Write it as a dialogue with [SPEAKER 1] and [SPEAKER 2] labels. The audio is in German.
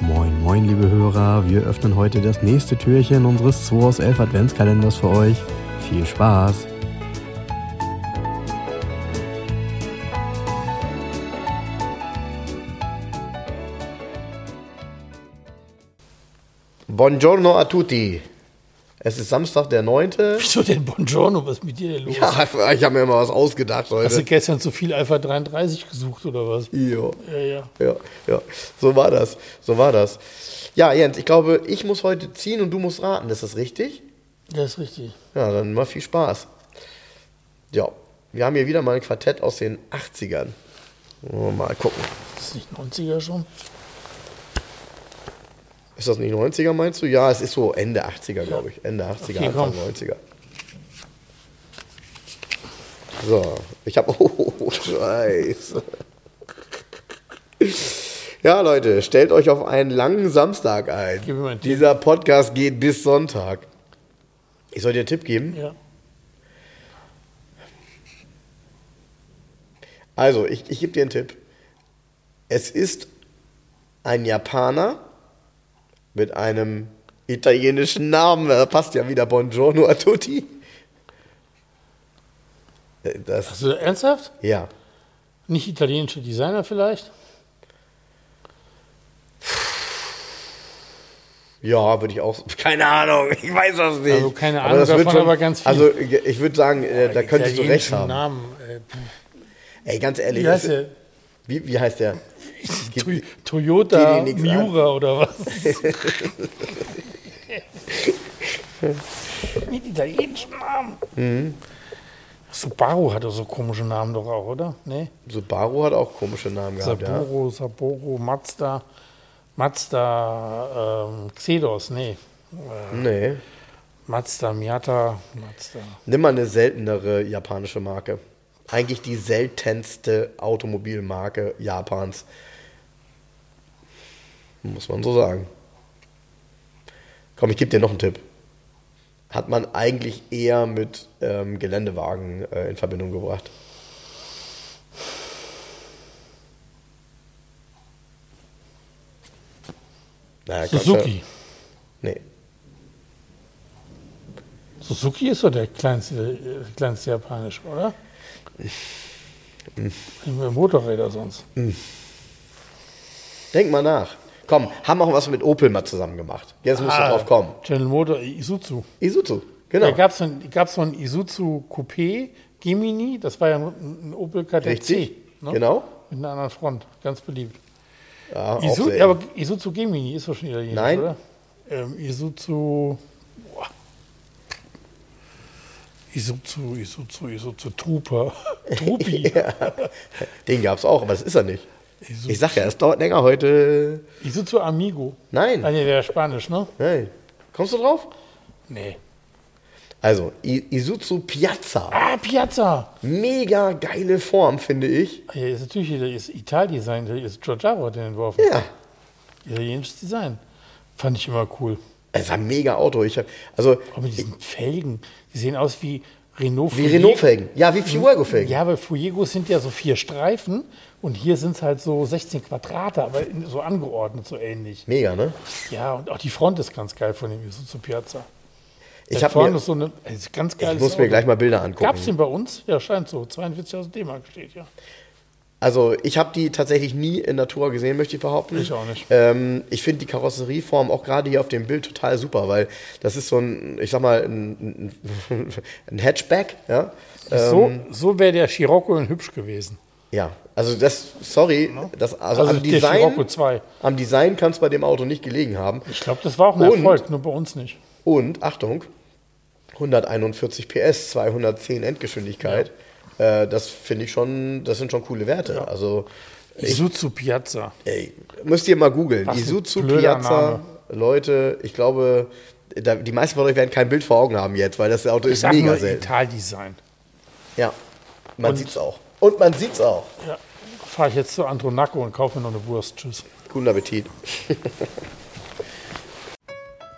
[SPEAKER 1] Moin, moin, liebe Hörer. Wir öffnen heute das nächste Türchen unseres 2 aus 11 Adventskalenders für euch. Viel Spaß!
[SPEAKER 2] Buongiorno a tutti. Es ist Samstag, der 9.
[SPEAKER 3] Wieso denn Buongiorno? Was ist mit dir denn los?
[SPEAKER 2] Ja, ich habe mir immer was ausgedacht
[SPEAKER 3] Hast du
[SPEAKER 2] heute.
[SPEAKER 3] gestern zu viel Alpha 33 gesucht oder was?
[SPEAKER 2] Jo.
[SPEAKER 3] Ja, ja.
[SPEAKER 2] Ja, ja, so war das. So war das. Ja, Jens, ich glaube, ich muss heute ziehen und du musst raten. Ist das richtig?
[SPEAKER 3] Das ist richtig.
[SPEAKER 2] Ja, dann mal viel Spaß. Ja, wir haben hier wieder mal ein Quartett aus den 80ern. Wollen wir Mal gucken.
[SPEAKER 3] Das ist nicht 90er schon.
[SPEAKER 2] Ist das nicht 90er, meinst du? Ja, es ist so Ende 80er, glaube ich. Ende 80er,
[SPEAKER 3] Okay,
[SPEAKER 2] Anfang
[SPEAKER 3] komm.
[SPEAKER 2] 90er. So, ich habe. Oh, Scheiße. Ja, Leute, stellt euch auf einen langen Samstag ein.
[SPEAKER 3] Gib mir mal einen Tipp.
[SPEAKER 2] Dieser Podcast geht bis Sonntag. Ich soll dir einen Tipp geben?
[SPEAKER 3] Ja.
[SPEAKER 2] Also, ich, ich gebe dir einen Tipp. Es ist ein Japaner mit einem italienischen Namen. Da passt ja wieder Buongiorno a tutti. Äh, Das,
[SPEAKER 3] Also ernsthaft?
[SPEAKER 2] ja.
[SPEAKER 3] Nicht italienische Designer vielleicht?
[SPEAKER 2] Ja, würde ich auch. Keine Ahnung, ich weiß das nicht.
[SPEAKER 3] Also keine Ahnung
[SPEAKER 2] das wird
[SPEAKER 3] davon, aber ganz viel.
[SPEAKER 2] Also ich würde sagen, äh, da könntest du recht
[SPEAKER 3] Italienischen
[SPEAKER 2] haben.
[SPEAKER 3] Namen. Äh,
[SPEAKER 2] Ey, ganz ehrlich,
[SPEAKER 3] wie heißt
[SPEAKER 2] es-
[SPEAKER 3] der?
[SPEAKER 2] Wie, wie heißt der? Gib-
[SPEAKER 3] To Toyota
[SPEAKER 2] die nix
[SPEAKER 3] Miura oder was? Mit italienischen Namen.
[SPEAKER 2] Mhm.
[SPEAKER 3] Subaru hat doch so komische Namen doch auch, oder? Nee?
[SPEAKER 2] Subaru hat auch komische Namen gehabt, ja.
[SPEAKER 3] Saburo, Saboro, Mazda, Mazda, ähm, Xedos, nee. Äh,
[SPEAKER 2] Nee.
[SPEAKER 3] Mazda, Miata, Mazda.
[SPEAKER 2] Nimm mal eine seltenere japanische Marke. Eigentlich die seltenste Automobilmarke Japans. Muss man so sagen. Komm, ich gebe dir noch einen Tipp. Hat man eigentlich eher mit ähm, Geländewagen äh, in Verbindung gebracht. Naja, kannst du-
[SPEAKER 3] Suzuki.
[SPEAKER 2] Nee.
[SPEAKER 3] Suzuki ist doch der kleinste, äh, kleinste japanische, oder? Nehmen wir Motorräder sonst.
[SPEAKER 2] Denk mal nach. Komm, haben auch was mit Opel mal zusammen gemacht. Jetzt musst du drauf kommen.
[SPEAKER 3] Ah, General Motor, Isuzu.
[SPEAKER 2] Isuzu, genau.
[SPEAKER 3] Da gab es so ein, gab's so ein Isuzu Coupé Gemini, das war ja ein ein Opel Kadett
[SPEAKER 2] Richtig,
[SPEAKER 3] C. ne?
[SPEAKER 2] genau.
[SPEAKER 3] Mit einer anderen Front, ganz beliebt.
[SPEAKER 2] Ja, auch
[SPEAKER 3] Isu,
[SPEAKER 2] selten.
[SPEAKER 3] aber Isuzu Gemini ist doch schon italienisch,
[SPEAKER 2] Nein.
[SPEAKER 3] oder? Ähm, Isuzu. Boah. Isuzu, Isuzu, Isuzu Trooper. Trupi.
[SPEAKER 2] Den gab es auch, aber das ist er nicht.
[SPEAKER 3] Isuzu,
[SPEAKER 2] Ich sag ja, es dauert länger heute.
[SPEAKER 3] Isuzu Amigo.
[SPEAKER 2] Nein.
[SPEAKER 3] Ah, nee, der ist Spanisch, ne?
[SPEAKER 2] Nein. Kommst du drauf?
[SPEAKER 3] Nee.
[SPEAKER 2] Also, I Isuzu Piazza.
[SPEAKER 3] Ah, Piazza.
[SPEAKER 2] Mega geile Form, finde ich.
[SPEAKER 3] Ah, Hier ist natürlich hier ist Italien sein, hier ist Giorgiaro hat den entworfen.
[SPEAKER 2] Ja,
[SPEAKER 3] Italienisches Design. Fand ich immer cool.
[SPEAKER 2] es ist ein mega Auto. Ich hab, also,
[SPEAKER 3] Aber mit diesen Felgen, die sehen aus wie Renault
[SPEAKER 2] wie
[SPEAKER 3] Fuego.
[SPEAKER 2] Renault-Felgen. Ja, wie Fuego-Felgen.
[SPEAKER 3] Ja, aber Fuegos sind ja so vier Streifen und hier sind es halt so 16 Quadrate, aber in- so angeordnet, so ähnlich.
[SPEAKER 2] Mega, ne?
[SPEAKER 3] Ja, und auch die Front ist ganz geil von dem Isuzu Piazza.
[SPEAKER 2] Ich,
[SPEAKER 3] Da
[SPEAKER 2] hab
[SPEAKER 3] vorne
[SPEAKER 2] mir,
[SPEAKER 3] ist so eine also ganz
[SPEAKER 2] ich
[SPEAKER 3] geiles
[SPEAKER 2] muss mir gleich mal Bilder angucken.
[SPEAKER 3] Gab es den bei uns? Ja, scheint so. 42.000 D-Mark steht, ja.
[SPEAKER 2] Also ich habe die tatsächlich nie in Natur gesehen, möchte ich behaupten.
[SPEAKER 3] Ich auch nicht.
[SPEAKER 2] Ähm, ich finde die Karosserieform auch gerade hier auf dem Bild total super, weil das ist so ein, ich sag mal, ein, ein, ein Hatchback. Ja?
[SPEAKER 3] so
[SPEAKER 2] Ähm,
[SPEAKER 3] so wäre der Scirocco in hübsch gewesen.
[SPEAKER 2] ja, also das, sorry, das, also,
[SPEAKER 3] Also
[SPEAKER 2] am,
[SPEAKER 3] der Scirocco
[SPEAKER 2] Design,
[SPEAKER 3] 2.
[SPEAKER 2] am Design kann es bei dem Auto nicht gelegen haben.
[SPEAKER 3] Ich glaube, das war auch ein
[SPEAKER 2] Und-
[SPEAKER 3] Erfolg, nur bei uns nicht.
[SPEAKER 2] Und, Achtung, 141 PS, 210 Endgeschwindigkeit. Äh, das finde ich schon, das sind schon coole Werte. Also
[SPEAKER 3] Isuzu Piazza.
[SPEAKER 2] Ey, müsst ihr mal googeln.
[SPEAKER 3] Was ein
[SPEAKER 2] Isuzu
[SPEAKER 3] blöder
[SPEAKER 2] Piazza,
[SPEAKER 3] Name.
[SPEAKER 2] Leute, ich glaube, da, die meisten von euch werden kein Bild vor Augen haben jetzt, weil das Auto
[SPEAKER 3] Ich
[SPEAKER 2] ist
[SPEAKER 3] sag
[SPEAKER 2] mega
[SPEAKER 3] nur
[SPEAKER 2] selten.
[SPEAKER 3] Italdesign.
[SPEAKER 2] Ja, man
[SPEAKER 3] Und-
[SPEAKER 2] sieht's auch. Und man sieht's auch.
[SPEAKER 3] Ja. Fahre ich jetzt zu Andronaco und kaufe mir noch eine Wurst. Tschüss.
[SPEAKER 2] Guten Appetit.